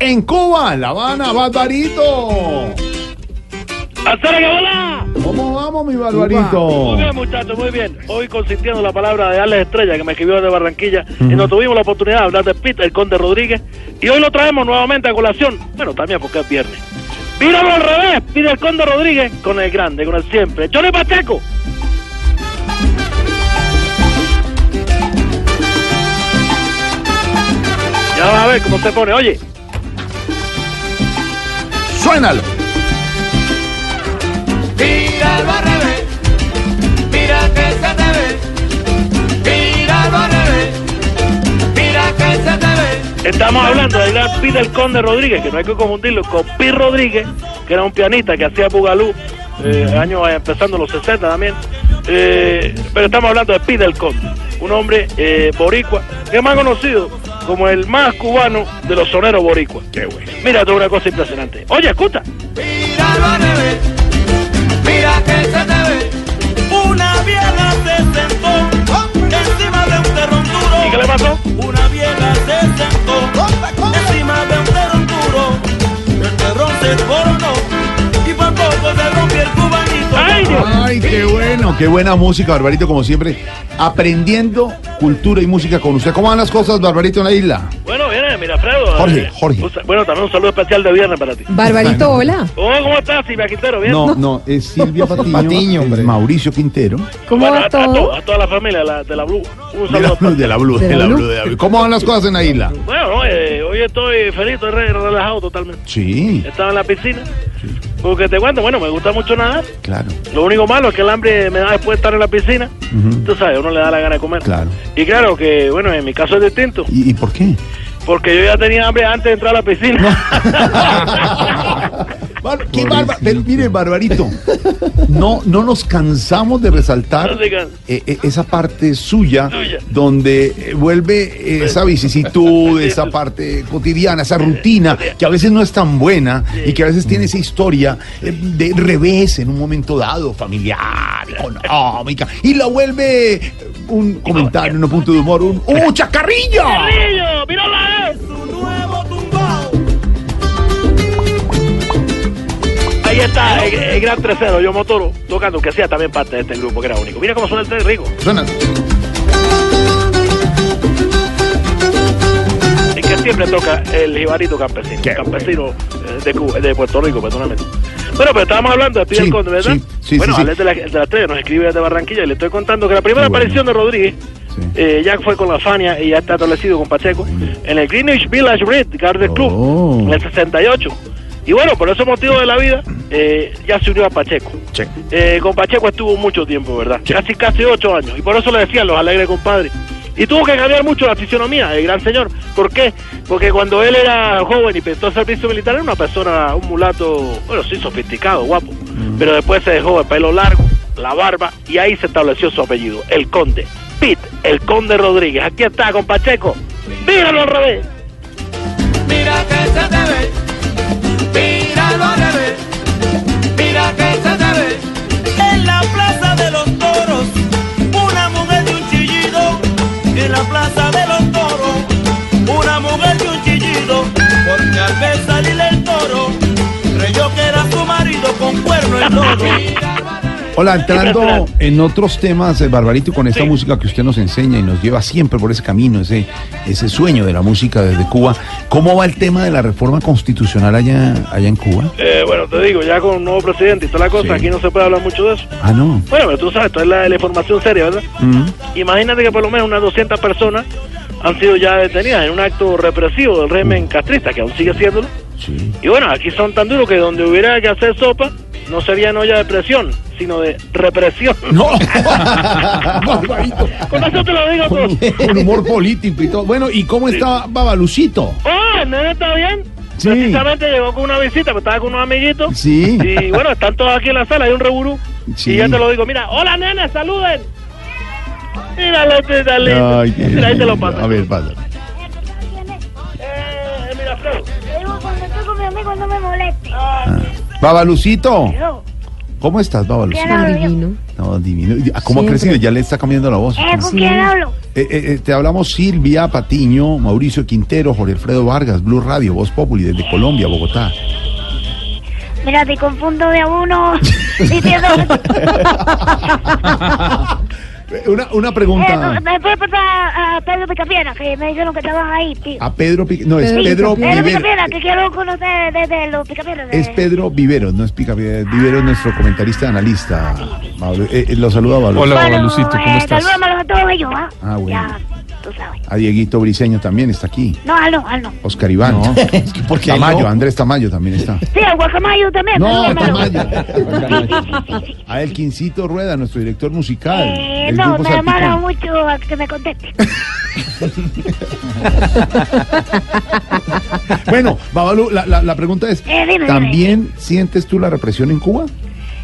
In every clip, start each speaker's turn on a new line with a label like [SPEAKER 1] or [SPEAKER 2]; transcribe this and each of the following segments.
[SPEAKER 1] en Cuba, en La Habana, Barbarito.
[SPEAKER 2] ¡Hasta la bola!
[SPEAKER 1] ¿Cómo vamos, mi Barbarito?
[SPEAKER 2] Muy bien, muchachos, muy bien. Hoy consintiendo la palabra de Alex Estrella, que me escribió desde Barranquilla, y nos tuvimos la oportunidad de hablar de Peter, el Conde Rodríguez, y hoy lo traemos nuevamente a colación. Bueno, también porque es viernes. Míralo al revés, pide el Conde Rodríguez con el grande, con el siempre. ¡Chole Pacheco! Ya vas a ver cómo se pone, oye.
[SPEAKER 1] Suénalo.
[SPEAKER 3] Míralo al revés, mira que se te ve. Míralo al revés, mira que se te ve.
[SPEAKER 2] Estamos hablando de la vida del Conde Rodríguez, que no hay que confundirlo con Pi Rodríguez, que era un pianista que hacía Bugalú, eh, años eh, empezando los 60 también. Eh, pero estamos hablando de Pi del Conde, un hombre eh, boricua, que es más conocido como el más cubano de los soneros boricuas. Qué bueno. Mira, tú una cosa impresionante. Oye, escucha.
[SPEAKER 3] Míralo al revés, mira que se te ve. Una vieja se sentó encima de un terrón
[SPEAKER 2] ¿Y qué le pasó?
[SPEAKER 3] Una vieja se sentó encima de un terrón duro. El terrón se coronó y por poco se rompió el cubanito.
[SPEAKER 2] ¡Ay, Dios!
[SPEAKER 1] Ay, qué bueno, qué buena música, Barbarito, como siempre. Aprendiendo cultura y música con usted. ¿Cómo van las cosas, Barbarito, en la isla?
[SPEAKER 2] Bueno, viene, mira, Fredo.
[SPEAKER 1] Jorge,
[SPEAKER 2] eh,
[SPEAKER 1] Jorge.
[SPEAKER 2] un sa- bueno, también un saludo especial de viernes para ti.
[SPEAKER 4] Barbarito, hola.
[SPEAKER 2] Oh, ¿cómo estás, Silvia Quintero? ¿Bien?
[SPEAKER 1] No, no, es Silvia Patiño, es Mauricio Quintero.
[SPEAKER 4] ¿Cómo
[SPEAKER 2] Bueno, a,
[SPEAKER 4] va
[SPEAKER 2] a to-
[SPEAKER 4] todo?
[SPEAKER 2] a toda la familia la- de la Blue. Un
[SPEAKER 1] De la
[SPEAKER 2] saludo.
[SPEAKER 1] Blue, de la Blue, de la Blue, de la Blue. ¿Cómo van las cosas en la isla?
[SPEAKER 2] Bueno, no, eh, hoy estoy feliz, estoy re- relajado totalmente.
[SPEAKER 1] Sí,
[SPEAKER 2] Estaba en la piscina. Porque te cuento, bueno, me gusta mucho nadar.
[SPEAKER 1] claro.
[SPEAKER 2] Lo único malo es que el hambre me da después de estar en la piscina.
[SPEAKER 1] Ujú.
[SPEAKER 2] Tú sabes, uno le da la gana de comer.
[SPEAKER 1] Claro.
[SPEAKER 2] Y claro que, bueno, en mi caso es distinto.
[SPEAKER 1] ¿Y, y por qué?
[SPEAKER 2] Porque yo ya tenía hambre antes de entrar a la piscina.
[SPEAKER 1] Bar- qué barba- pero mire, Barbarito, no, no nos cansamos de resaltar
[SPEAKER 2] No se cansa.
[SPEAKER 1] eh, eh, esa parte suya,
[SPEAKER 2] Suya.
[SPEAKER 1] donde eh, vuelve eh, esa vicisitud, esa parte cotidiana, esa rutina, que a veces no es tan buena y que a veces tiene esa historia eh, de revés en un momento dado, familiar, económica, y la vuelve eh, un comentario, un punto de humor, un ¡Uh, chacarrillo!
[SPEAKER 2] ¡Carrillo! ¡Mírala! eh!
[SPEAKER 3] Tu nuevo tumbao.
[SPEAKER 2] Ahí está el, el gran tercero, yo Motoro, tocando, que hacía también parte de este grupo, que era único. Mira cómo suena el tren rico.
[SPEAKER 1] Suena-
[SPEAKER 2] Es que siempre toca el jibarito campesino.
[SPEAKER 1] Qué
[SPEAKER 2] campesino eh, de, Cuba- de Puerto Rico, perdóname. Bueno, pero estábamos hablando de Fidel
[SPEAKER 1] Sí,
[SPEAKER 2] Conde, ¿verdad?
[SPEAKER 1] sí, sí,
[SPEAKER 2] bueno,
[SPEAKER 1] sí, sí.
[SPEAKER 2] Alex de la, de la Estrella nos escribe desde Barranquilla y le estoy contando que la primera
[SPEAKER 1] Bueno.
[SPEAKER 2] aparición de Rodríguez
[SPEAKER 1] Sí.
[SPEAKER 2] eh, ya fue con la Fania y ya está establecido con Pacheco en el Greenwich Village Red Garden Club
[SPEAKER 1] Oh.
[SPEAKER 2] en el 68. Y bueno, por esos motivos de la vida, eh, ya se unió a Pacheco.
[SPEAKER 1] Sí.
[SPEAKER 2] Eh, con Pacheco estuvo mucho tiempo, ¿verdad?
[SPEAKER 1] Sí.
[SPEAKER 2] Casi, casi ocho años. Y por eso le decían los alegres compadres. Y tuvo que cambiar mucho la fisionomía del gran señor. ¿Por qué? Porque cuando él era joven y pensó en servicio militar, era una persona, un mulato, bueno, sí, sofisticado, guapo.
[SPEAKER 1] Mm.
[SPEAKER 2] Pero después se dejó el pelo largo, la barba, y ahí se estableció su apellido, el Conde. Pete, el Conde Rodríguez. Aquí está, con Pacheco. Míralo al revés.
[SPEAKER 3] Mira que se te ve, míralo al revés, mira que se te ve. En la plaza de los toros, una mujer de un chillido. En la plaza de los toros, una mujer de un chillido. Porque al ver salir el toro, creyó que era su marido con cuerno y todo.
[SPEAKER 1] Hola, entrando en otros temas, eh, Barbarito, con esta
[SPEAKER 2] Sí.
[SPEAKER 1] música que usted nos enseña y nos lleva siempre por ese camino, ese, ese sueño de la música desde Cuba, ¿cómo va el tema de la reforma constitucional allá, allá en Cuba?
[SPEAKER 2] Eh, bueno, te digo, ya con un nuevo presidente y toda la cosa,
[SPEAKER 1] Sí.
[SPEAKER 2] aquí no se puede hablar mucho de eso.
[SPEAKER 1] Ah, no.
[SPEAKER 2] Bueno, pero tú sabes, toda la, la información seria, ¿verdad?
[SPEAKER 1] Mm.
[SPEAKER 2] Imagínate que por lo menos unas 200 personas han sido ya detenidas en un acto represivo del régimen castrista, que aún sigue haciéndolo.
[SPEAKER 1] Sí.
[SPEAKER 2] Y bueno, aquí son tan duros que donde hubiera que hacer sopa, no serían olla de presión, sino de represión.
[SPEAKER 1] No. Barbarito.
[SPEAKER 2] Con eso te lo digo pues. todo.
[SPEAKER 1] Con, con humor político y todo. Bueno, ¿y cómo está Babalucito?
[SPEAKER 2] ¡Oh, el nene está bien!
[SPEAKER 1] Sí.
[SPEAKER 2] Precisamente llegó con una visita, pues estaba con unos amiguitos.
[SPEAKER 1] Sí.
[SPEAKER 2] Y bueno, están todos aquí en la sala, hay un reburú.
[SPEAKER 1] Sí.
[SPEAKER 2] Y ya te lo digo, mira, hola nene, saluden. Míralo, este tan lindo.
[SPEAKER 1] Ay, qué
[SPEAKER 2] Mira, ahí te lo
[SPEAKER 1] lindo.
[SPEAKER 2] paso.
[SPEAKER 1] A ver, pasa.
[SPEAKER 2] Eh, mira, Fredo.
[SPEAKER 5] Yo digo, cuando estoy con mi amigo no me moleste.
[SPEAKER 1] Ah. Babalucito,
[SPEAKER 5] Yo,
[SPEAKER 1] ¿Cómo estás, Dávalos?
[SPEAKER 4] ¿Quién hablo yo?
[SPEAKER 5] Divino.
[SPEAKER 1] No, divino. ¿Cómo ha
[SPEAKER 5] Siempre.
[SPEAKER 1] crecido? Ya le está cambiando la voz.
[SPEAKER 4] Eh, ¿Con
[SPEAKER 5] Sí.
[SPEAKER 4] quién hablo?
[SPEAKER 1] Eh, eh, eh, te hablamos Silvia Patiño, Mauricio Quintero, Jorge Alfredo Vargas, Blue Radio, Voz Populi, desde Colombia, Bogotá.
[SPEAKER 4] Mira, te confundo de a uno diciendo...
[SPEAKER 1] Eh, Una, una
[SPEAKER 4] eh,
[SPEAKER 1] pregunta
[SPEAKER 4] me fui a, a Pedro Picapiedra, que me dijeron que estabas ahí, tío.
[SPEAKER 1] a Pedro Pic- No, es Ah, Pedro
[SPEAKER 5] Pedro
[SPEAKER 4] Pedro
[SPEAKER 1] Viveros.
[SPEAKER 4] Picapiedra, que quiero conocer desde los Picapiedra.
[SPEAKER 1] Es Pedro Viveros, no es Pica Viveros, nuestro comentarista analista. Pablo. Eh, eh, lo saluda, Pablo.
[SPEAKER 6] Hola.
[SPEAKER 4] Bueno,
[SPEAKER 6] Babalucito, ¿cómo
[SPEAKER 4] eh,
[SPEAKER 6] estás?
[SPEAKER 4] salúdamelos a todos ellos, ¿ah?
[SPEAKER 1] Ah, bueno.
[SPEAKER 4] Ya, tú sabes.
[SPEAKER 1] A Dieguito Briseño también está aquí.
[SPEAKER 4] No, al no, al no.
[SPEAKER 1] Oscar Iván.
[SPEAKER 6] No, es que porque hay
[SPEAKER 1] Tamayo,
[SPEAKER 6] no.
[SPEAKER 1] Andrés Tamayo también está.
[SPEAKER 4] Sí, el guacamayo también,
[SPEAKER 1] No,
[SPEAKER 4] salúdamelo.
[SPEAKER 1] Tamayo. A el Quincito Rueda, nuestro director musical.
[SPEAKER 4] Eh,
[SPEAKER 1] el
[SPEAKER 4] no,
[SPEAKER 1] grupo
[SPEAKER 4] me
[SPEAKER 1] Salpicón.
[SPEAKER 4] demora mucho a que me conteste.
[SPEAKER 1] Bueno, Babalu, la, la- la pregunta es,
[SPEAKER 4] Eh, dime, dime.
[SPEAKER 1] ¿también sientes tú la represión en Cuba?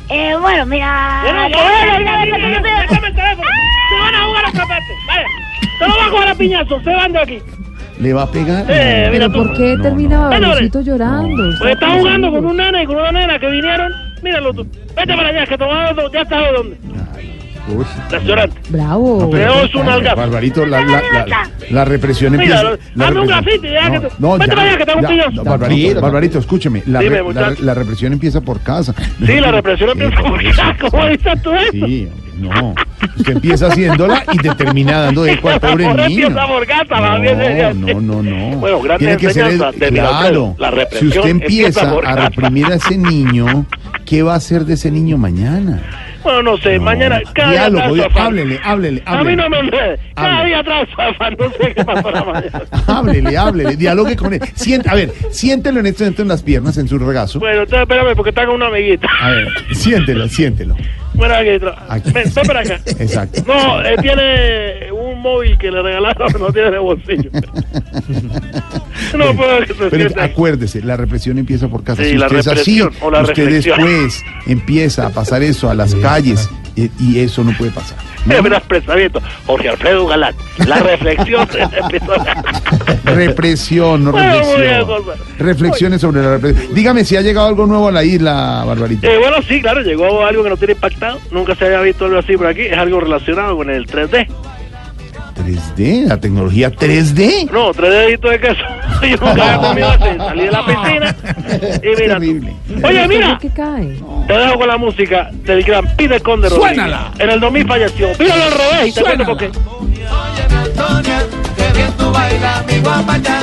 [SPEAKER 4] Eh, bueno, mira...
[SPEAKER 3] Bueno,
[SPEAKER 4] te
[SPEAKER 3] ya,
[SPEAKER 4] voy a
[SPEAKER 3] ya,
[SPEAKER 4] hablar de
[SPEAKER 3] ya,
[SPEAKER 4] lo que yo
[SPEAKER 3] ya,
[SPEAKER 4] te-
[SPEAKER 3] déjame el teléfono. Se van a jugar a escaparte. Vaya. Te lo voy a jugar a piñazo. Se van de aquí.
[SPEAKER 1] ¿Le va a pegar?
[SPEAKER 2] Eh, mira
[SPEAKER 5] Pero
[SPEAKER 2] tú.
[SPEAKER 5] ¿por qué
[SPEAKER 1] No,
[SPEAKER 5] termina
[SPEAKER 1] no.
[SPEAKER 5] Babalucito llorando?
[SPEAKER 2] Pues
[SPEAKER 5] Está
[SPEAKER 2] está jugando con un nana y con una nena que vinieron. Míralo tú. Vete para allá, que te vas a dar- ya sabes dónde.
[SPEAKER 1] Uy.
[SPEAKER 2] Restaurante.
[SPEAKER 5] Bravo.
[SPEAKER 2] pero- Veo su
[SPEAKER 1] Ay,
[SPEAKER 2] nalga.
[SPEAKER 1] Barbarito, la, la, la, la represión
[SPEAKER 2] Mira,
[SPEAKER 1] empieza.
[SPEAKER 2] lo- hazme un
[SPEAKER 1] represión-
[SPEAKER 2] grafiti, deja que te-
[SPEAKER 1] No, no,
[SPEAKER 2] vete para allá, que te hago un
[SPEAKER 1] ya,
[SPEAKER 2] pillazo.
[SPEAKER 1] no, Barbarito,
[SPEAKER 6] Tranquilo,
[SPEAKER 1] Barbarito, escúcheme. La,
[SPEAKER 2] Dime,
[SPEAKER 1] re- la-
[SPEAKER 2] muchacho.
[SPEAKER 1] la represión empieza por casa.
[SPEAKER 2] Sí, la represión empieza por casa, ¿cómo dices tú eso?
[SPEAKER 1] Sí, no. Usted empieza haciéndola y te termina dando de cual pobre
[SPEAKER 2] Por eso
[SPEAKER 1] niño.
[SPEAKER 2] esa morgata, va bien,
[SPEAKER 1] no,
[SPEAKER 2] señor.
[SPEAKER 1] no, no, no.
[SPEAKER 2] Bueno, gran
[SPEAKER 1] Tiene que ser el-
[SPEAKER 2] enseñanza de
[SPEAKER 1] claro.
[SPEAKER 2] Miraflores. La
[SPEAKER 1] si
[SPEAKER 2] represión
[SPEAKER 1] usted
[SPEAKER 2] empieza
[SPEAKER 1] empieza
[SPEAKER 2] por
[SPEAKER 1] a
[SPEAKER 2] casa.
[SPEAKER 1] reprimir a ese niño, ¿qué va a hacer de ese niño mañana?
[SPEAKER 2] Bueno, no sé,
[SPEAKER 1] No.
[SPEAKER 2] Eh, mañana cada
[SPEAKER 1] Diálogo,
[SPEAKER 2] día
[SPEAKER 1] diá-
[SPEAKER 2] atrás, afán.
[SPEAKER 1] háblele, háblele,
[SPEAKER 2] A mí
[SPEAKER 1] háblele.
[SPEAKER 2] no me enredes. Cada
[SPEAKER 1] Háblele.
[SPEAKER 2] día atrás, afán, no sé qué pasará mañana.
[SPEAKER 1] Háblele, háblele, dialogue con él. Sient- a ver, siéntelo en este momento en las piernas, en su regazo.
[SPEAKER 2] Bueno, entonces espérame porque está con una amiguita.
[SPEAKER 1] A ver, siéntelo, siéntelo.
[SPEAKER 2] Bueno, aquí, tra-
[SPEAKER 1] Aquí.
[SPEAKER 2] Ven, ven para acá.
[SPEAKER 1] Exacto.
[SPEAKER 2] No, él tiene un móvil que le regalaron, no tiene de bolsillo. No puedo que se
[SPEAKER 1] Pero
[SPEAKER 2] sienta ahí.
[SPEAKER 1] acuérdese, la represión empieza por casa.
[SPEAKER 2] Sí,
[SPEAKER 1] si
[SPEAKER 2] la
[SPEAKER 1] usted es así,
[SPEAKER 2] represión o la
[SPEAKER 1] usted
[SPEAKER 2] reflexión.
[SPEAKER 1] después empieza a pasar eso a las calles y, y eso no puede pasar.
[SPEAKER 2] Mira, mira, pensamiento. Jorge Alfredo Galán. La reflexión se empezó.
[SPEAKER 1] Represión, no
[SPEAKER 2] Bueno, muy bien,
[SPEAKER 1] reflexión.
[SPEAKER 2] Gonzalo.
[SPEAKER 1] Reflexiones sobre la represión. Dígame si ha llegado algo nuevo a la isla, Barbarita.
[SPEAKER 2] Eh, bueno, sí, claro, llegó algo que no tiene impactado. Nunca se había visto algo así por aquí. Es algo relacionado con el 3D.
[SPEAKER 1] 3D, la tecnología 3D.
[SPEAKER 2] No, tres deditos de queso. Yo nunca había comido así. Salí de la piscina y mira.
[SPEAKER 1] Terrible.
[SPEAKER 2] tú. Oye, mira,
[SPEAKER 5] ¿Qué cae?
[SPEAKER 2] te dejo con la música del gran Peter Conde Rodríguez.
[SPEAKER 6] ¡Suénala!
[SPEAKER 2] En el 2000 falleció. Míralo al revés y te cuento por qué.
[SPEAKER 3] Óyeme Antonia, que bien tú bailas mi guapachá.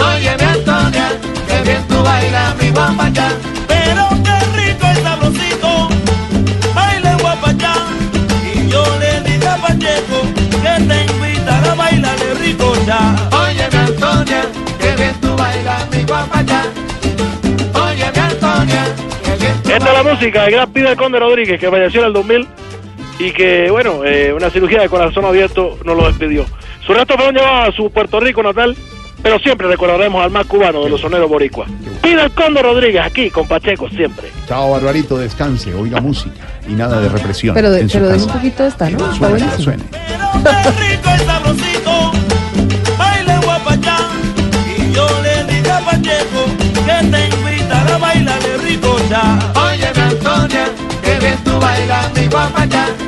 [SPEAKER 3] Óyeme Antonia, que bien tú bailas mi guapachá. Pero qué rico y sabrosito, baila el guapachá. Y yo le dije a Pacheco que te invitará a bailar el rico ya. Óyeme Antonia, que bien tú bailas mi guapachá. Óyeme Antonia, que bien tú
[SPEAKER 2] Esta es la música del gran Peter Conde Rodríguez que falleció en el 2000 y que, bueno, eh, una cirugía de corazón abierto nos lo despidió. Su resto fueron llevados a su Puerto Rico natal, pero siempre recordaremos al más cubano de los soneros boricuas. Peter Conde Rodríguez aquí con Pacheco siempre.
[SPEAKER 1] Chao, Barbarito, descanse, oiga música y nada de represión.
[SPEAKER 5] Pero, de,
[SPEAKER 1] en su
[SPEAKER 5] pero deja un
[SPEAKER 1] casa.
[SPEAKER 5] poquito de esta, ¿no? Está
[SPEAKER 1] Suena, que la
[SPEAKER 5] buenísimo.
[SPEAKER 1] suene.
[SPEAKER 3] Pero qué rico y sabrosito, baile guapachá. Y yo le dije a Pacheco que te invitará a bailar el rico ya. Óyeme Antonia, que bien tú bailas mi guapachá.